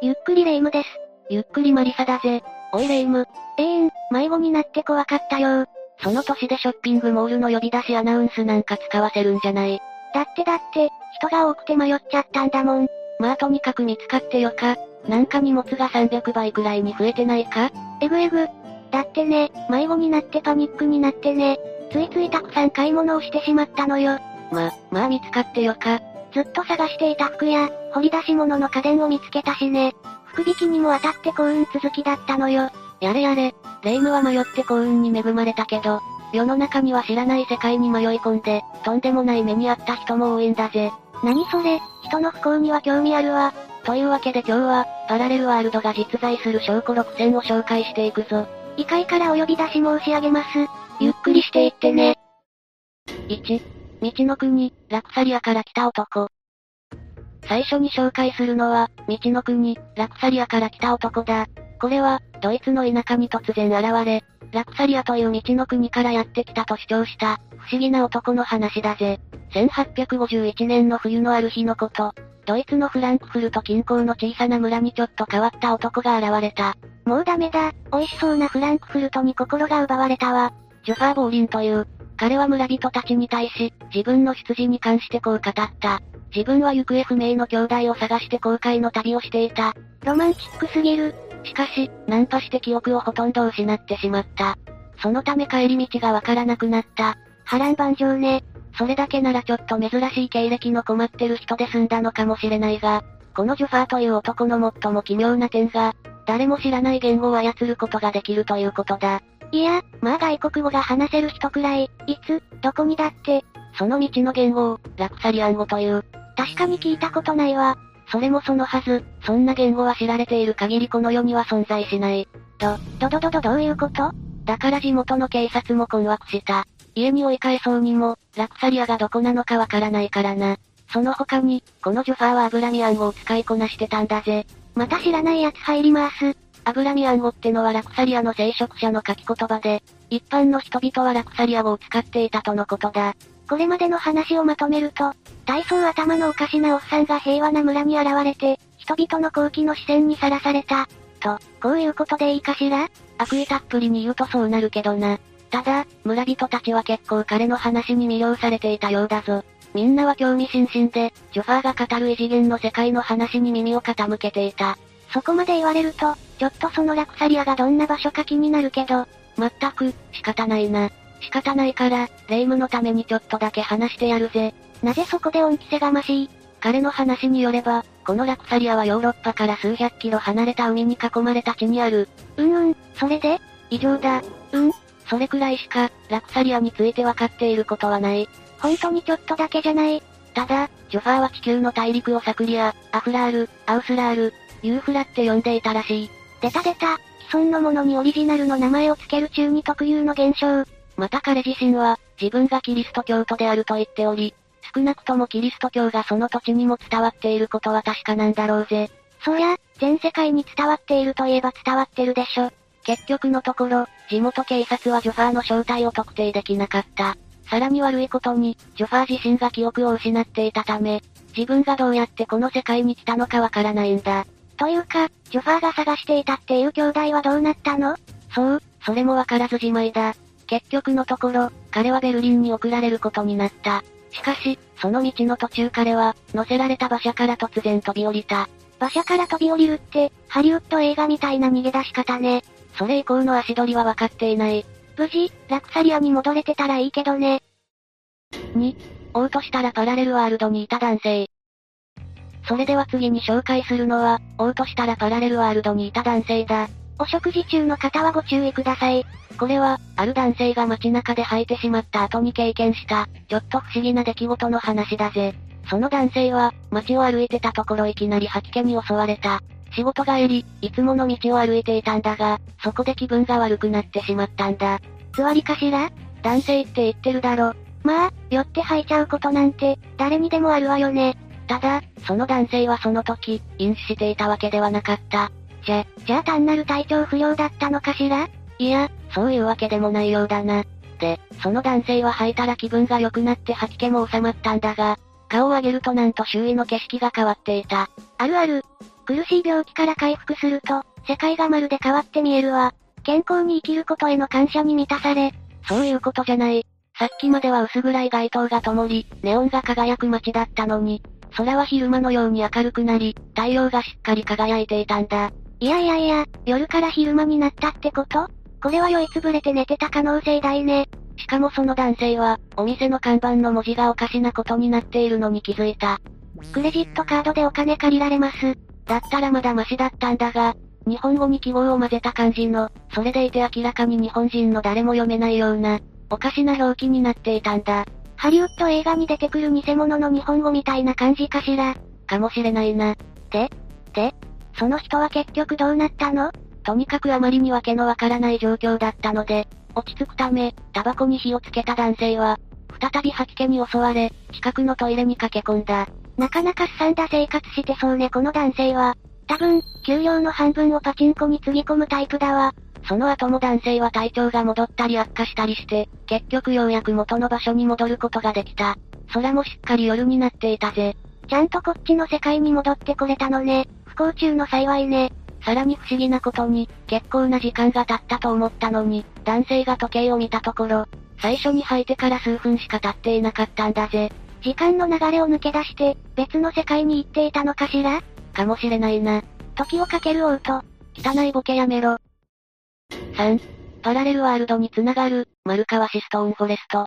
ゆっくりレ夢ムです。ゆっくりマリサだぜ。おいレ夢ム。えーん、迷子になって怖かったよその年でショッピングモールの呼び出しアナウンスなんか使わせるんじゃない。だってだって、人が多くて迷っちゃったんだもん。まあとにかく見つかってよか。なんか荷物が300倍くらいに増えてないかえぐえぐ。だってね、迷子になってパニックになってね。ついついたくさん買い物をしてしまったのよ。ま、まあ見つかってよか。ずっと探していた服や、掘り出し物の家電を見つけたしね。福引きにも当たって幸運続きだったのよ。やれやれ。レ夢ムは迷って幸運に恵まれたけど、世の中には知らない世界に迷い込んで、とんでもない目に遭った人も多いんだぜ。何それ、人の不幸には興味あるわ。というわけで今日は、パラレルワールドが実在する証拠6選を紹介していくぞ。異界からお呼び出し申し上げます。ゆっくりしていってね。1、道の国、ラクサリアから来た男。最初に紹介するのは、道の国、ラクサリアから来た男だ。これは、ドイツの田舎に突然現れ、ラクサリアという道の国からやってきたと主張した、不思議な男の話だぜ。1851年の冬のある日のこと、ドイツのフランクフルト近郊の小さな村にちょっと変わった男が現れた。もうダメだ、美味しそうなフランクフルトに心が奪われたわ。ジュファー・ボーリンという、彼は村人たちに対し、自分の出自に関してこう語った。自分は行方不明の兄弟を探して航海の旅をしていた。ロマンチックすぎる。しかし、ナンパして記憶をほとんど失ってしまった。そのため帰り道がわからなくなった。波乱万丈ね。それだけならちょっと珍しい経歴の困ってる人で済んだのかもしれないが、このジュファーという男の最も奇妙な点が、誰も知らない言語を操ることができるということだ。いや、まあ外国語が話せる人くらい、いつ、どこにだって、その道の言語を、ラクサリアン語という、確かに聞いたことないわ。それもそのはず、そんな言語は知られている限りこの世には存在しない。どどどどどういうことだから地元の警察も困惑した。家に追い返そうにも、ラクサリアがどこなのかわからないからな。その他に、このジュファーはアブラミアン語を使いこなしてたんだぜ。また知らないやつ入ります。アブラミアン語ってのはラクサリアの聖職者の書き言葉で、一般の人々はラクサリア語を使っていたとのことだ。これまでの話をまとめると、体操頭のおかしなおっさんが平和な村に現れて、人々の好奇の視線にさらされた。と、こういうことでいいかしら悪意たっぷりに言うとそうなるけどな。ただ、村人たちは結構彼の話に魅了されていたようだぞ。みんなは興味津々で、ジュファーが語る異次元の世界の話に耳を傾けていた。そこまで言われると、ちょっとそのラクサリアがどんな場所か気になるけど、まったく、仕方ないな。仕方ないから、霊夢のためにちょっとだけ話してやるぜ。なぜそこで恩着せがましい彼の話によれば、このラクサリアはヨーロッパから数百キロ離れた海に囲まれた地にある。うんうん、それで異常だ。うんそれくらいしか、ラクサリアについてわかっていることはない。本当にちょっとだけじゃない。ただ、ジョファーは地球の大陸をサクリア、アフラール、アウスラール、ユーフラって呼んでいたらしい。出た出た、既存のものにオリジナルの名前を付ける中に特有の現象。また彼自身は、自分がキリスト教徒であると言っており、少なくともキリスト教がその土地にも伝わっていることは確かなんだろうぜ。そりゃ、全世界に伝わっているといえば伝わってるでしょ。結局のところ、地元警察はジョファーの正体を特定できなかった。さらに悪いことに、ジョファー自身が記憶を失っていたため、自分がどうやってこの世界に来たのかわからないんだ。というか、ジョファーが探していたっていう兄弟はどうなったのそう、それもわからずじまいだ。結局のところ、彼はベルリンに送られることになった。しかし、その道の途中彼は、乗せられた馬車から突然飛び降りた。馬車から飛び降りるって、ハリウッド映画みたいな逃げ出し方ね。それ以降の足取りは分かっていない。無事、ラクサリアに戻れてたらいいけどね。 2、オートしたらパラレルワールドにいた男性。それでは次に紹介するのは、オートしたらパラレルワールドにいた男性だ。お食事中の方はご注意ください。これは、ある男性が街中で吐いてしまった後に経験した、ちょっと不思議な出来事の話だぜ。その男性は、街を歩いてたところいきなり吐き気に襲われた。仕事帰り、いつもの道を歩いていたんだが、そこで気分が悪くなってしまったんだ。座りかしら男性って言ってるだろ。まあ、寄って吐いちゃうことなんて、誰にでもあるわよね。ただ、その男性はその時、飲酒していたわけではなかった。じゃ、じゃあ単なる体調不良だったのかしらいや、そういうわけでもないようだな。で、その男性は吐いたら気分が良くなって吐き気も収まったんだが、顔を上げるとなんと周囲の景色が変わっていた。あるある。苦しい病気から回復すると、世界がまるで変わって見えるわ。健康に生きることへの感謝に満たされ、そういうことじゃない。さっきまでは薄暗い街灯が灯り、ネオンが輝く街だったのに、空は昼間のように明るくなり、太陽がしっかり輝いていたんだ。いやいやいや、夜から昼間になったってことこれは酔いつぶれて寝てた可能性大ね。しかもその男性は、お店の看板の文字がおかしなことになっているのに気づいた。クレジットカードでお金借りられます。だったらまだマシだったんだが、日本語に記号を混ぜた感じの、それでいて明らかに日本人の誰も読めないような、おかしな表記になっていたんだ。ハリウッド映画に出てくる偽物の日本語みたいな感じかしら。かもしれないな。その人は結局どうなったのとにかくあまりにわけのわからない状況だったので、落ち着くため、タバコに火をつけた男性は、再び吐き気に襲われ、近くのトイレに駆け込んだ。なかなかすさんだ生活してそうねこの男性は。多分、給料の半分をパチンコにつぎ込むタイプだわ。その後も男性は体調が戻ったり悪化したりして、結局ようやく元の場所に戻ることができた。空もしっかり夜になっていたぜ。ちゃんとこっちの世界に戻ってこれたのね。不幸中の幸いね。さらに不思議なことに、結構な時間が経ったと思ったのに、男性が時計を見たところ、最初に履いてから数分しか経っていなかったんだぜ。時間の流れを抜け出して、別の世界に行っていたのかしらかもしれないな。時をかけるオート。汚いボケやめろ。3、パラレルワールドにつながる、丸川シストーンフォレスト。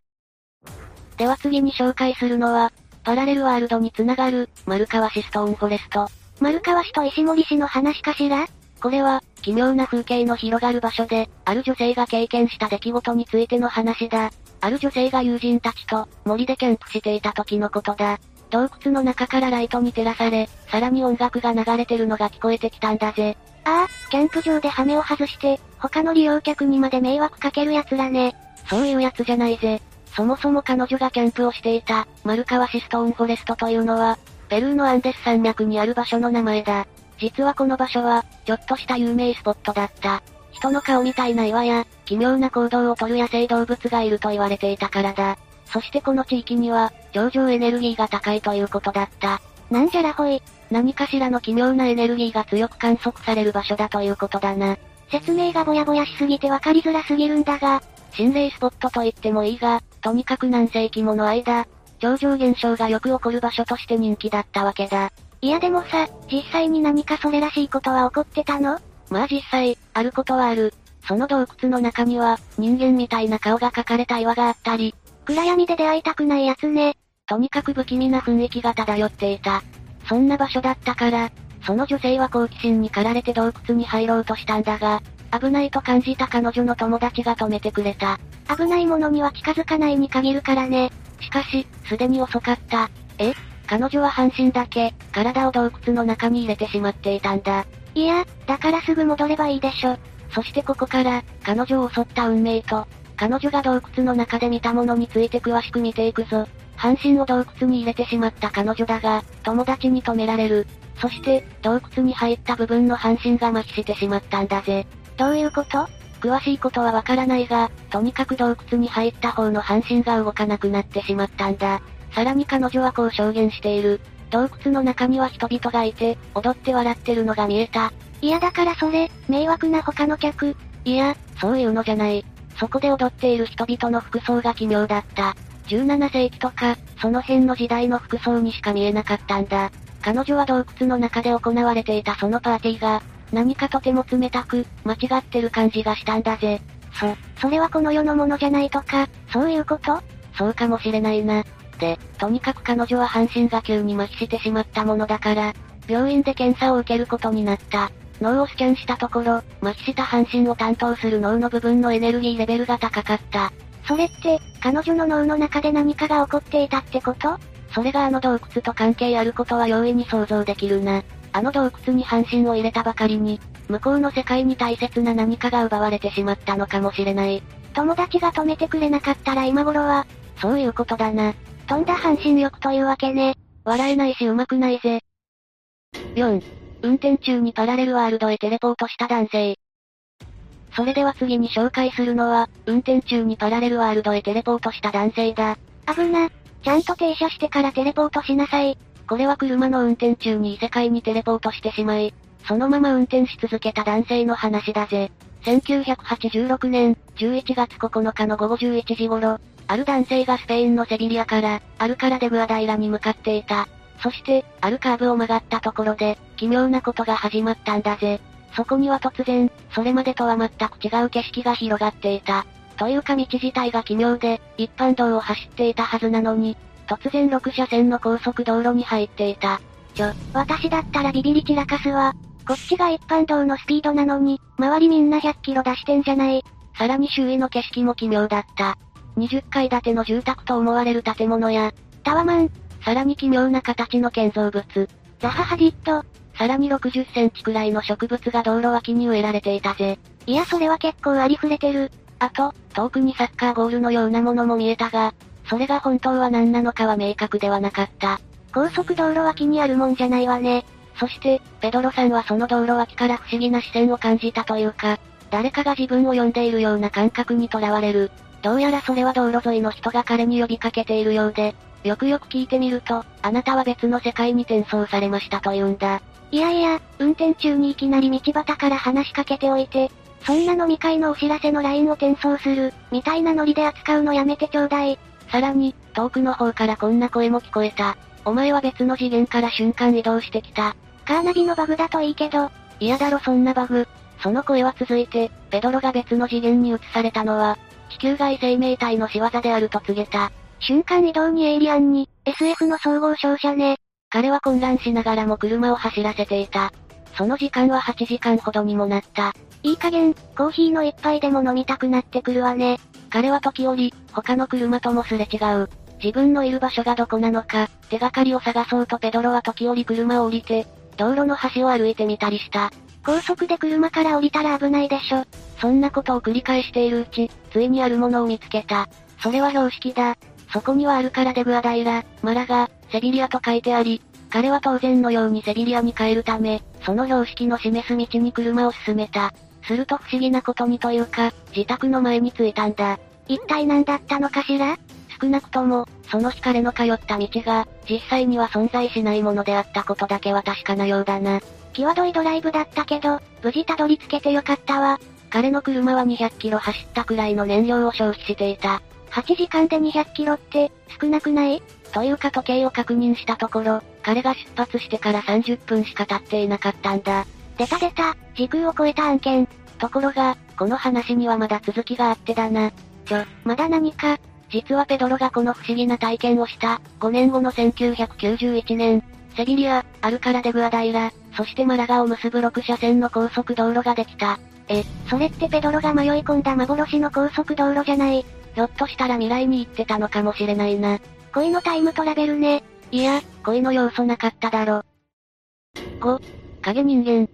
では次に紹介するのは、パラレルワールドにつながる、丸川シストーンフォレスト。丸川氏と石森氏の話かしらこれは、奇妙な風景の広がる場所で、ある女性が経験した出来事についての話だ。ある女性が友人たちと森でキャンプしていた時のことだ。洞窟の中からライトに照らされ、さらに音楽が流れてるのが聞こえてきたんだぜ。ああ、キャンプ場で羽目を外して、他の利用客にまで迷惑かける奴らね。そういうやつじゃないぜ。そもそも彼女がキャンプをしていた、丸川シストーンフォレストというのは、ペルーのアンデス山脈にある場所の名前だ。実はこの場所は、ちょっとした有名スポットだった。人の顔みたいな岩や、奇妙な行動をとる野生動物がいると言われていたからだ。そしてこの地域には、上場エネルギーが高いということだった。なんじゃらほい。何かしらの奇妙なエネルギーが強く観測される場所だということだな。説明がぼやぼやしすぎてわかりづらすぎるんだが、心霊スポットと言ってもいいが、とにかく何世紀もの間、超常現象がよく起こる場所として人気だったわけだ。いやでもさ、実際に何かそれらしいことは起こってたのまあ実際、あることはある。その洞窟の中には、人間みたいな顔が描かれた岩があったり、暗闇で出会いたくないやつね。とにかく不気味な雰囲気が漂っていた。そんな場所だったから、その女性は好奇心に駆られて洞窟に入ろうとしたんだが、危ないと感じた彼女の友達が止めてくれた。危ないものには近づかないに限るからね。しかし、すでに遅かった。え彼女は半身だけ、体を洞窟の中に入れてしまっていたんだ。いや、だからすぐ戻ればいいでしょ。そしてここから、彼女を襲った運命と、彼女が洞窟の中で見たものについて詳しく見ていくぞ。半身を洞窟に入れてしまった彼女だが、友達に止められる。そして、洞窟に入った部分の半身が麻痺してしまったんだぜ。どういうこと詳しいことはわからないが、とにかく洞窟に入った方の半身が動かなくなってしまったんだ。さらに彼女はこう証言している。洞窟の中には人々がいて、踊って笑ってるのが見えた。いやだからそれ、迷惑な他の客。いや、そういうのじゃない。そこで踊っている人々の服装が奇妙だった。17世紀とか、その辺の時代の服装にしか見えなかったんだ。彼女は洞窟の中で行われていたそのパーティーが、何かとても冷たく、間違ってる感じがしたんだぜ。そ、それはこの世のものじゃないとか、そういうことそうかもしれないな。で、とにかく彼女は半身が急に麻痺してしまったものだから、病院で検査を受けることになった。脳をスキャンしたところ、麻痺した半身を担当する脳の部分のエネルギーレベルが高かった。それって、彼女の脳の中で何かが起こっていたってことそれがあの洞窟と関係あることは容易に想像できるな。あの洞窟に半身を入れたばかりに、向こうの世界に大切な何かが奪われてしまったのかもしれない。友達が止めてくれなかったら今頃は、そういうことだな。とんだ半身浴というわけね。笑えないし上手くないぜ。4. 運転中にパラレルワールドへテレポートした男性。それでは次に紹介するのは、運転中にパラレルワールドへテレポートした男性だ。危な。ちゃんと停車してからテレポートしなさい。これは車の運転中に異世界にテレポートしてしまい、そのまま運転し続けた男性の話だぜ。1986年、11月9日の午後11時頃、ある男性がスペインのセビリアから、アルカラデグアダイラに向かっていた。そして、あるカーブを曲がったところで、奇妙なことが始まったんだぜ。そこには突然、それまでとは全く違う景色が広がっていた。というか道自体が奇妙で、一般道を走っていたはずなのに、突然6車線の高速道路に入っていた。ちょ、私だったらビビり散らかすわ。こっちが一般道のスピードなのに、周りみんな100キロ出してんじゃない。さらに周囲の景色も奇妙だった。20階建ての住宅と思われる建物や、タワマン、さらに奇妙な形の建造物、ザハハジット、さらに60センチくらいの植物が道路脇に植えられていたぜ。いやそれは結構ありふれてる。あと、遠くにサッカーゴールのようなものも見えたが、それが本当は何なのかは明確ではなかった。高速道路脇にあるもんじゃないわね。そして、ペドロさんはその道路脇から不思議な視線を感じたというか、誰かが自分を呼んでいるような感覚にとらわれる。どうやらそれは道路沿いの人が彼に呼びかけているようで、よくよく聞いてみると、あなたは別の世界に転送されましたというんだ。いやいや、運転中にいきなり道端から話しかけておいて、そんな飲み会のお知らせの LINE を転送する、みたいなノリで扱うのやめてちょうだい。さらに、遠くの方からこんな声も聞こえた。お前は別の次元から瞬間移動してきた。カーナビのバグだといいけど。嫌だろそんなバグ。その声は続いて、ペドロが別の次元に移されたのは、地球外生命体の仕業であると告げた。瞬間移動にエイリアンに、SF の総合商社ね。彼は混乱しながらも車を走らせていた。その時間は8時間ほどにもなった。いい加減、コーヒーの一杯でも飲みたくなってくるわね。彼は時折、他の車ともすれ違う。自分のいる場所がどこなのか、手がかりを探そうとペドロは時折車を降りて、道路の端を歩いてみたりした。高速で車から降りたら危ないでしょ。そんなことを繰り返しているうち、ついにあるものを見つけた。それは標識だ。そこにはアルカラデグアダイラ、マラが、セビリアと書いてあり、彼は当然のようにセビリアに変えるため、その標識の示す道に車を進めた。すると不思議なことにというか、自宅の前に着いたんだ。一体何だったのかしら少なくとも、その日彼の通った道が、実際には存在しないものであったことだけは確かなようだな。際どいドライブだったけど、無事たどり着けてよかったわ。彼の車は200キロ走ったくらいの燃料を消費していた。 8時間で200キロって、少なくないというか時計を確認したところ、彼が出発してから30分しか経っていなかったんだ。出た出た、時空を超えた案件。ところが、この話にはまだ続きがあってだな。ちょ、まだ何か。実はペドロがこの不思議な体験をした、5年後の1991年、セビリア、アルカラデグアダイラ、そしてマラガを結ぶ6車線の高速道路ができた。え、それってペドロが迷い込んだ幻の高速道路じゃない。ひょっとしたら未来に行ってたのかもしれないな。恋のタイムトラベルね。いや、恋の要素なかっただろ。5、影人間。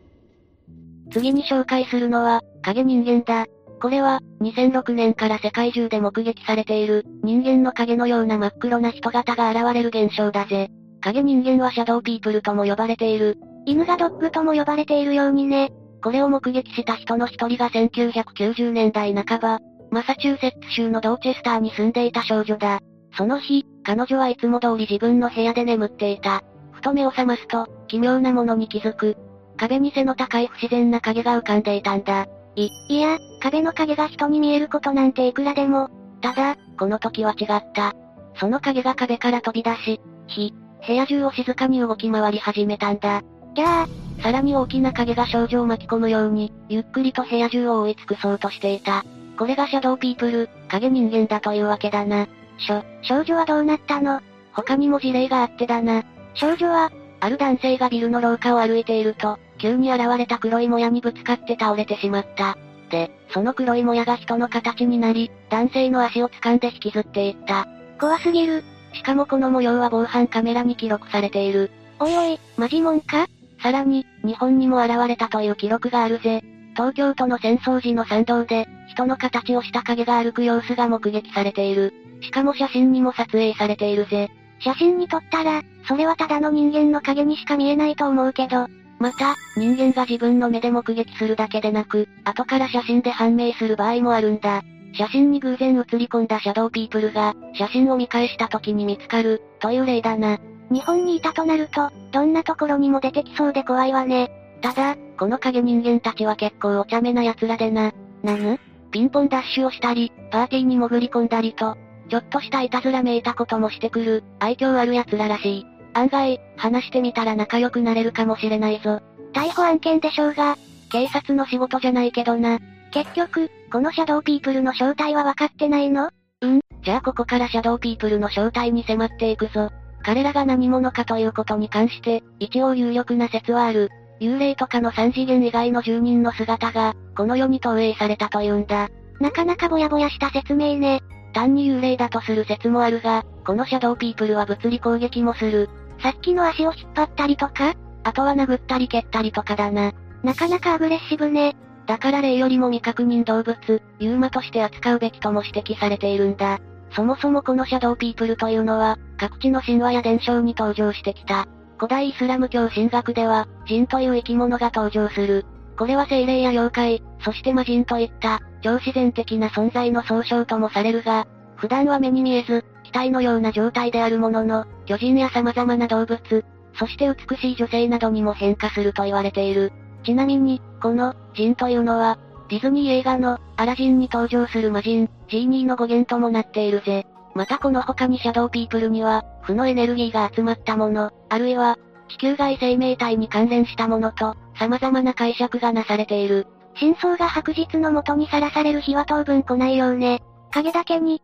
次に紹介するのは、影人間だ。これは、2006年から世界中で目撃されている、人間の影のような真っ黒な人型が現れる現象だぜ。影人間はシャドウピープルとも呼ばれている。犬がドッグとも呼ばれているようにね。これを目撃した人の一人が1990年代半ば、マサチューセッツ州のドーチェスターに住んでいた少女だ。その日、彼女はいつも通り自分の部屋で眠っていた。ふと目を覚ますと、奇妙なものに気づく。壁に背の高い不自然な影が浮かんでいたんだ。い、いや、壁の影が人に見えることなんていくらでも。ただ、この時は違った。その影が壁から飛び出し、火、部屋中を静かに動き回り始めたんだ。ギャー。さらに大きな影が少女を巻き込むように、ゆっくりと部屋中を覆い尽くそうとしていた。これがシャドウピープル、影人間だというわけだな。しょ、少女はどうなったの他にも事例があってだな。少女は、ある男性がビルの廊下を歩いていると、急に現れた黒いもやにぶつかって倒れてしまった。で、その黒いもやが人の形になり、男性の足を掴んで引きずっていった。怖すぎる。しかもこの模様は防犯カメラに記録されている。おいおい、マジモンかさらに、日本にも現れたという記録があるぜ。東京都の戦争時の参道で、人の形をした影が歩く様子が目撃されている。しかも写真にも撮影されているぜ。写真に撮ったら、それはただの人間の影にしか見えないと思うけど。また、人間が自分の目で目撃するだけでなく、後から写真で判明する場合もあるんだ。写真に偶然映り込んだシャドウピープルが、写真を見返した時に見つかる、という例だな。日本にいたとなると、どんなところにも出てきそうで怖いわね。ただ、この影人間たちは結構お茶目な奴らでな。なぬピンポンダッシュをしたり、パーティーに潜り込んだりと、ちょっとしたいたずらめいたこともしてくる、愛嬌ある奴ららしい。案外、話してみたら仲良くなれるかもしれないぞ。逮捕案件でしょうが、警察の仕事じゃないけどな。結局、このシャドウピープルの正体は分かってないのうん、じゃあここからシャドウピープルの正体に迫っていくぞ。彼らが何者かということに関して、一応有力な説はある。幽霊とかの三次元以外の住人の姿が、この世に投影されたというんだ。なかなかぼやぼやした説明ね。単に幽霊だとする説もあるが、このシャドウピープルは物理攻撃もする。さっきの足を引っ張ったりとかあとは殴ったり蹴ったりとかだな。なかなかアグレッシブね。だから霊よりも未確認動物、ユーマとして扱うべきとも指摘されているんだ。そもそもこのシャドウピープルというのは、各地の神話や伝承に登場してきた。古代イスラム教神学では、人という生き物が登場する。これは精霊や妖怪、そして魔人といった、超自然的な存在の総称ともされるが、普段は目に見えず、機体のような状態であるものの、巨人や様々な動物、そして美しい女性などにも変化すると言われている。ちなみに、この、人というのは、ディズニー映画の、アラジンに登場する魔人、ジーニーの語源ともなっているぜ。またこの他にシャドウピープルには、負のエネルギーが集まったもの、あるいは、地球外生命体に関連したものと、様々な解釈がなされている。真相が白日のもとにさらされる日は当分来ないようね。影だけに。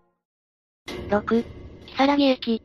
6、木更木駅。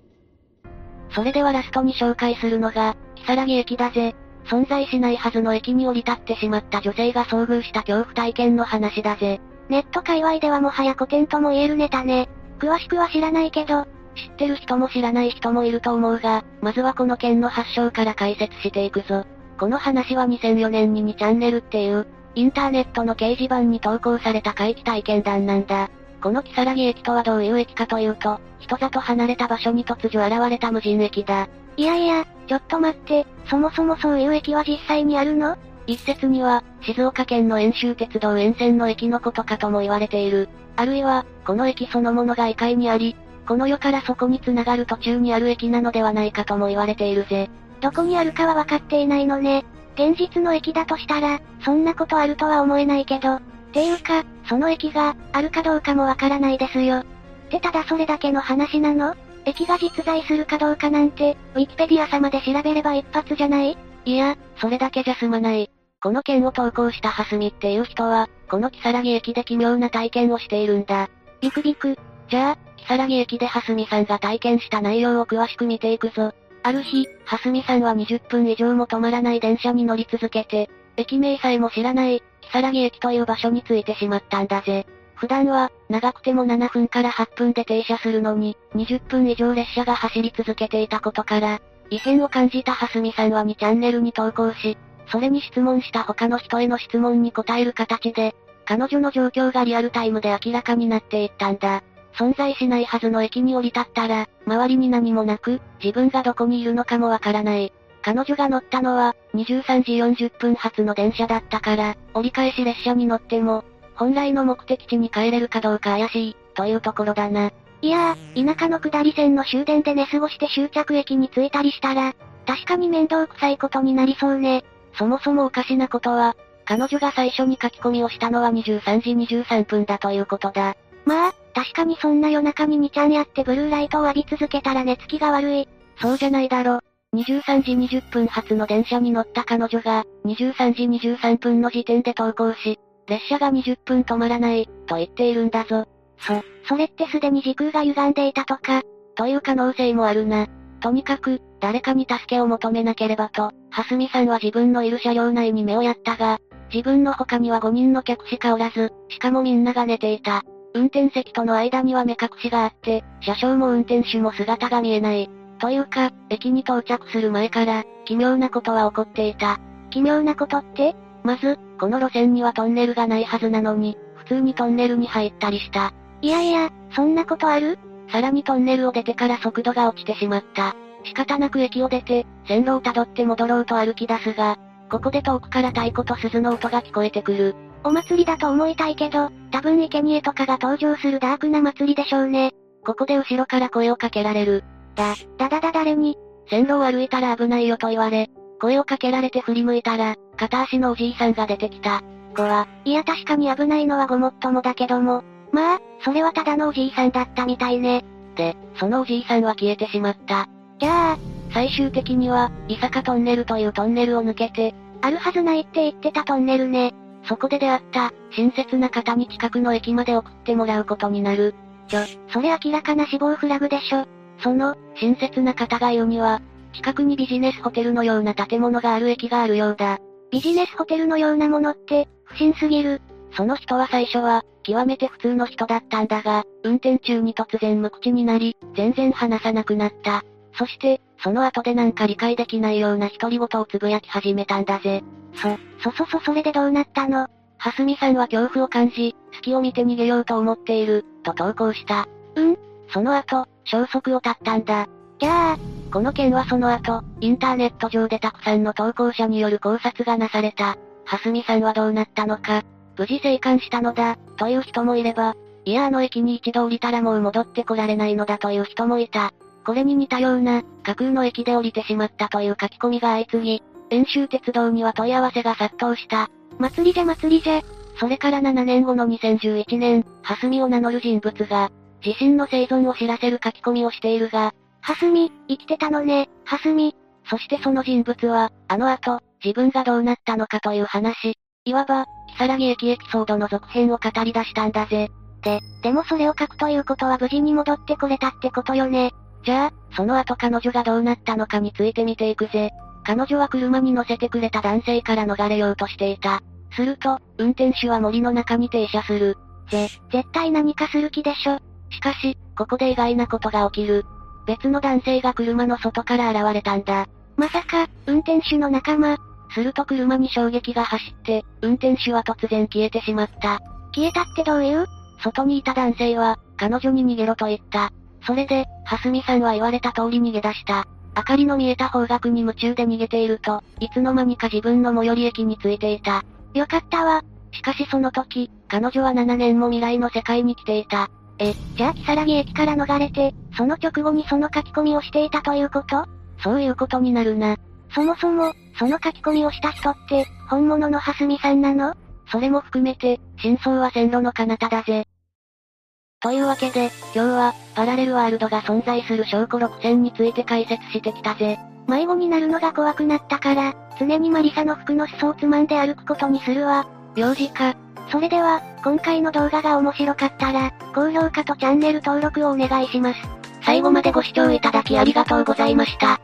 それではラストに紹介するのが、木更木駅だぜ。存在しないはずの駅に降り立ってしまった女性が遭遇した恐怖体験の話だぜ。ネット界隈ではもはや古典とも言えるネタね。詳しくは知らないけど、知ってる人も知らない人もいると思うが、まずはこの件の発祥から解説していくぞ。この話は2004年に2チャンネルっていう、インターネットの掲示板に投稿された怪奇体験談なんだ。この木更木駅とはどういう駅かというと、人里離れた場所に突如現れた無人駅だ。いやいや、ちょっと待って、そもそもそういう駅は実際にあるの一説には、静岡県の遠州鉄道沿線の駅のことかとも言われている。あるいは、この駅そのものが異界にあり、この世からそこに繋がる途中にある駅なのではないかとも言われているぜ。どこにあるかは分かっていないのね。現実の駅だとしたら、そんなことあるとは思えないけど。ていうか、その駅が、あるかどうかもわからないですよ。ってただそれだけの話なの駅が実在するかどうかなんて、ウィキペディア様で調べれば一発じゃないいや、それだけじゃ済まない。この件を投稿したハスミっていう人は、この木更木駅で奇妙な体験をしているんだ。ビクビク。じゃあ、木更木駅で蓮見さんが体験した内容を詳しく見ていくぞ。ある日、蓮見さんは20分以上も止まらない電車に乗り続けて、駅名さえも知らない、木更木駅という場所に着いてしまったんだぜ。普段は、長くても7分から8分で停車するのに、20分以上列車が走り続けていたことから、異変を感じた蓮見さんは2チャンネルに投稿し、それに質問した他の人への質問に答える形で、彼女の状況がリアルタイムで明らかになっていったんだ。存在しないはずの駅に降り立ったら、周りに何もなく、自分がどこにいるのかもわからない。彼女が乗ったのは、23時40分発の電車だったから、折り返し列車に乗っても、本来の目的地に帰れるかどうか怪しい、というところだな。いやー、田舎の下り線の終電で寝過ごして終着駅に着いたりしたら、確かに面倒くさいことになりそうね。そもそもおかしなことは、彼女が最初に書き込みをしたのは23時23分だということだ。まあ、確かにそんな夜中に2ちゃんやってブルーライトを浴び続けたら寝つきが悪い。そうじゃないだろ。23時20分発の電車に乗った彼女が、23時23分の時点で登校し、列車が20分止まらない、と言っているんだぞ。そ、それってすでに時空が歪んでいたとか、という可能性もあるな。とにかく、誰かに助けを求めなければと、蓮見さんは自分のいる車両内に目をやったが、自分の他には5人の客しかおらず、しかもみんなが寝ていた。運転席との間には目隠しがあって、車掌も運転手も姿が見えない。というか、駅に到着する前から、奇妙なことは起こっていた。奇妙なことってまず、この路線にはトンネルがないはずなのに、普通にトンネルに入ったりした。いやいや、そんなことあるさらにトンネルを出てから速度が落ちてしまった。仕方なく駅を出て、線路をたどって戻ろうと歩き出すが、ここで遠くから太鼓と鈴の音が聞こえてくる。お祭りだと思いたいけど、多分生贄とかが登場するダークな祭りでしょうね。ここで後ろから声をかけられる。だ、だだだ誰に、線路を歩いたら危ないよと言われ、声をかけられて振り向いたら、片足のおじいさんが出てきた。怖。いや確かに危ないのはごもっともだけども。まあ、それはただのおじいさんだったみたいね。で、そのおじいさんは消えてしまった。じゃあ、最終的には、伊坂トンネルというトンネルを抜けて、あるはずないって言ってたトンネルね。そこで出会った、親切な方に近くの駅まで送ってもらうことになる。それ明らかな死亡フラグでしょ。その、親切な方が言うには、近くにビジネスホテルのような建物がある駅があるようだ。ビジネスホテルのようなものって、不審すぎる。その人は最初は、極めて普通の人だったんだが、運転中に突然無口になり、全然話さなくなった。そして、その後でなんか理解できないような独り言をつぶやき始めたんだぜ。そそそそれでどうなったのはすみさんは恐怖を感じ、隙を見て逃げようと思っている、と投稿した。うんその後、消息を絶ったんだ。じゃあ、この件はその後、インターネット上でたくさんの投稿者による考察がなされた。はすみさんはどうなったのか、無事生還したのだ、という人もいれば、いやあの駅に一度降りたらもう戻ってこられないのだという人もいた。これに似たような、架空の駅で降りてしまったという書き込みが相次ぎ、遠州鉄道には問い合わせが殺到した。祭りじゃ祭りじゃ。それから7年後の2011年、はすみを名乗る人物が、自身の生存を知らせる書き込みをしているが、はすみ、生きてたのね。はすみ、そしてその人物は、あの後、自分がどうなったのかという話。いわば、木更木駅エピソードの続編を語り出したんだぜ。でもそれを書くということは無事に戻ってこれたってことよね。じゃあ、その後彼女がどうなったのかについて見ていくぜ。彼女は車に乗せてくれた男性から逃れようとしていた。すると、運転手は森の中に停車する。絶対何かする気でしょ。しかし、ここで意外なことが起きる。別の男性が車の外から現れたんだ。まさか、運転手の仲間、すると車に衝撃が走って、運転手は突然消えてしまった。消えたってどういう外にいた男性は、彼女に逃げろと言った。それで、蓮見さんは言われた通り逃げ出した。明かりの見えた方角に夢中で逃げていると、いつの間にか自分の最寄り駅に着いていた。よかったわ。しかしその時、彼女は7年も未来の世界に来ていた。じゃあ、木更木駅から逃れて、その直後にその書き込みをしていたということそういうことになるな。そもそも、その書き込みをした人って、本物の蓮見さんなのそれも含めて、真相は線路の彼方だぜ。というわけで、今日は、パラレルワールドが存在する証拠6選について解説してきたぜ。迷子になるのが怖くなったから、常にマリサの服の裾をつまんで歩くことにするわ。幼児か、それでは、今回の動画が面白かったら、高評価とチャンネル登録をお願いします。最後までご視聴いただきありがとうございました。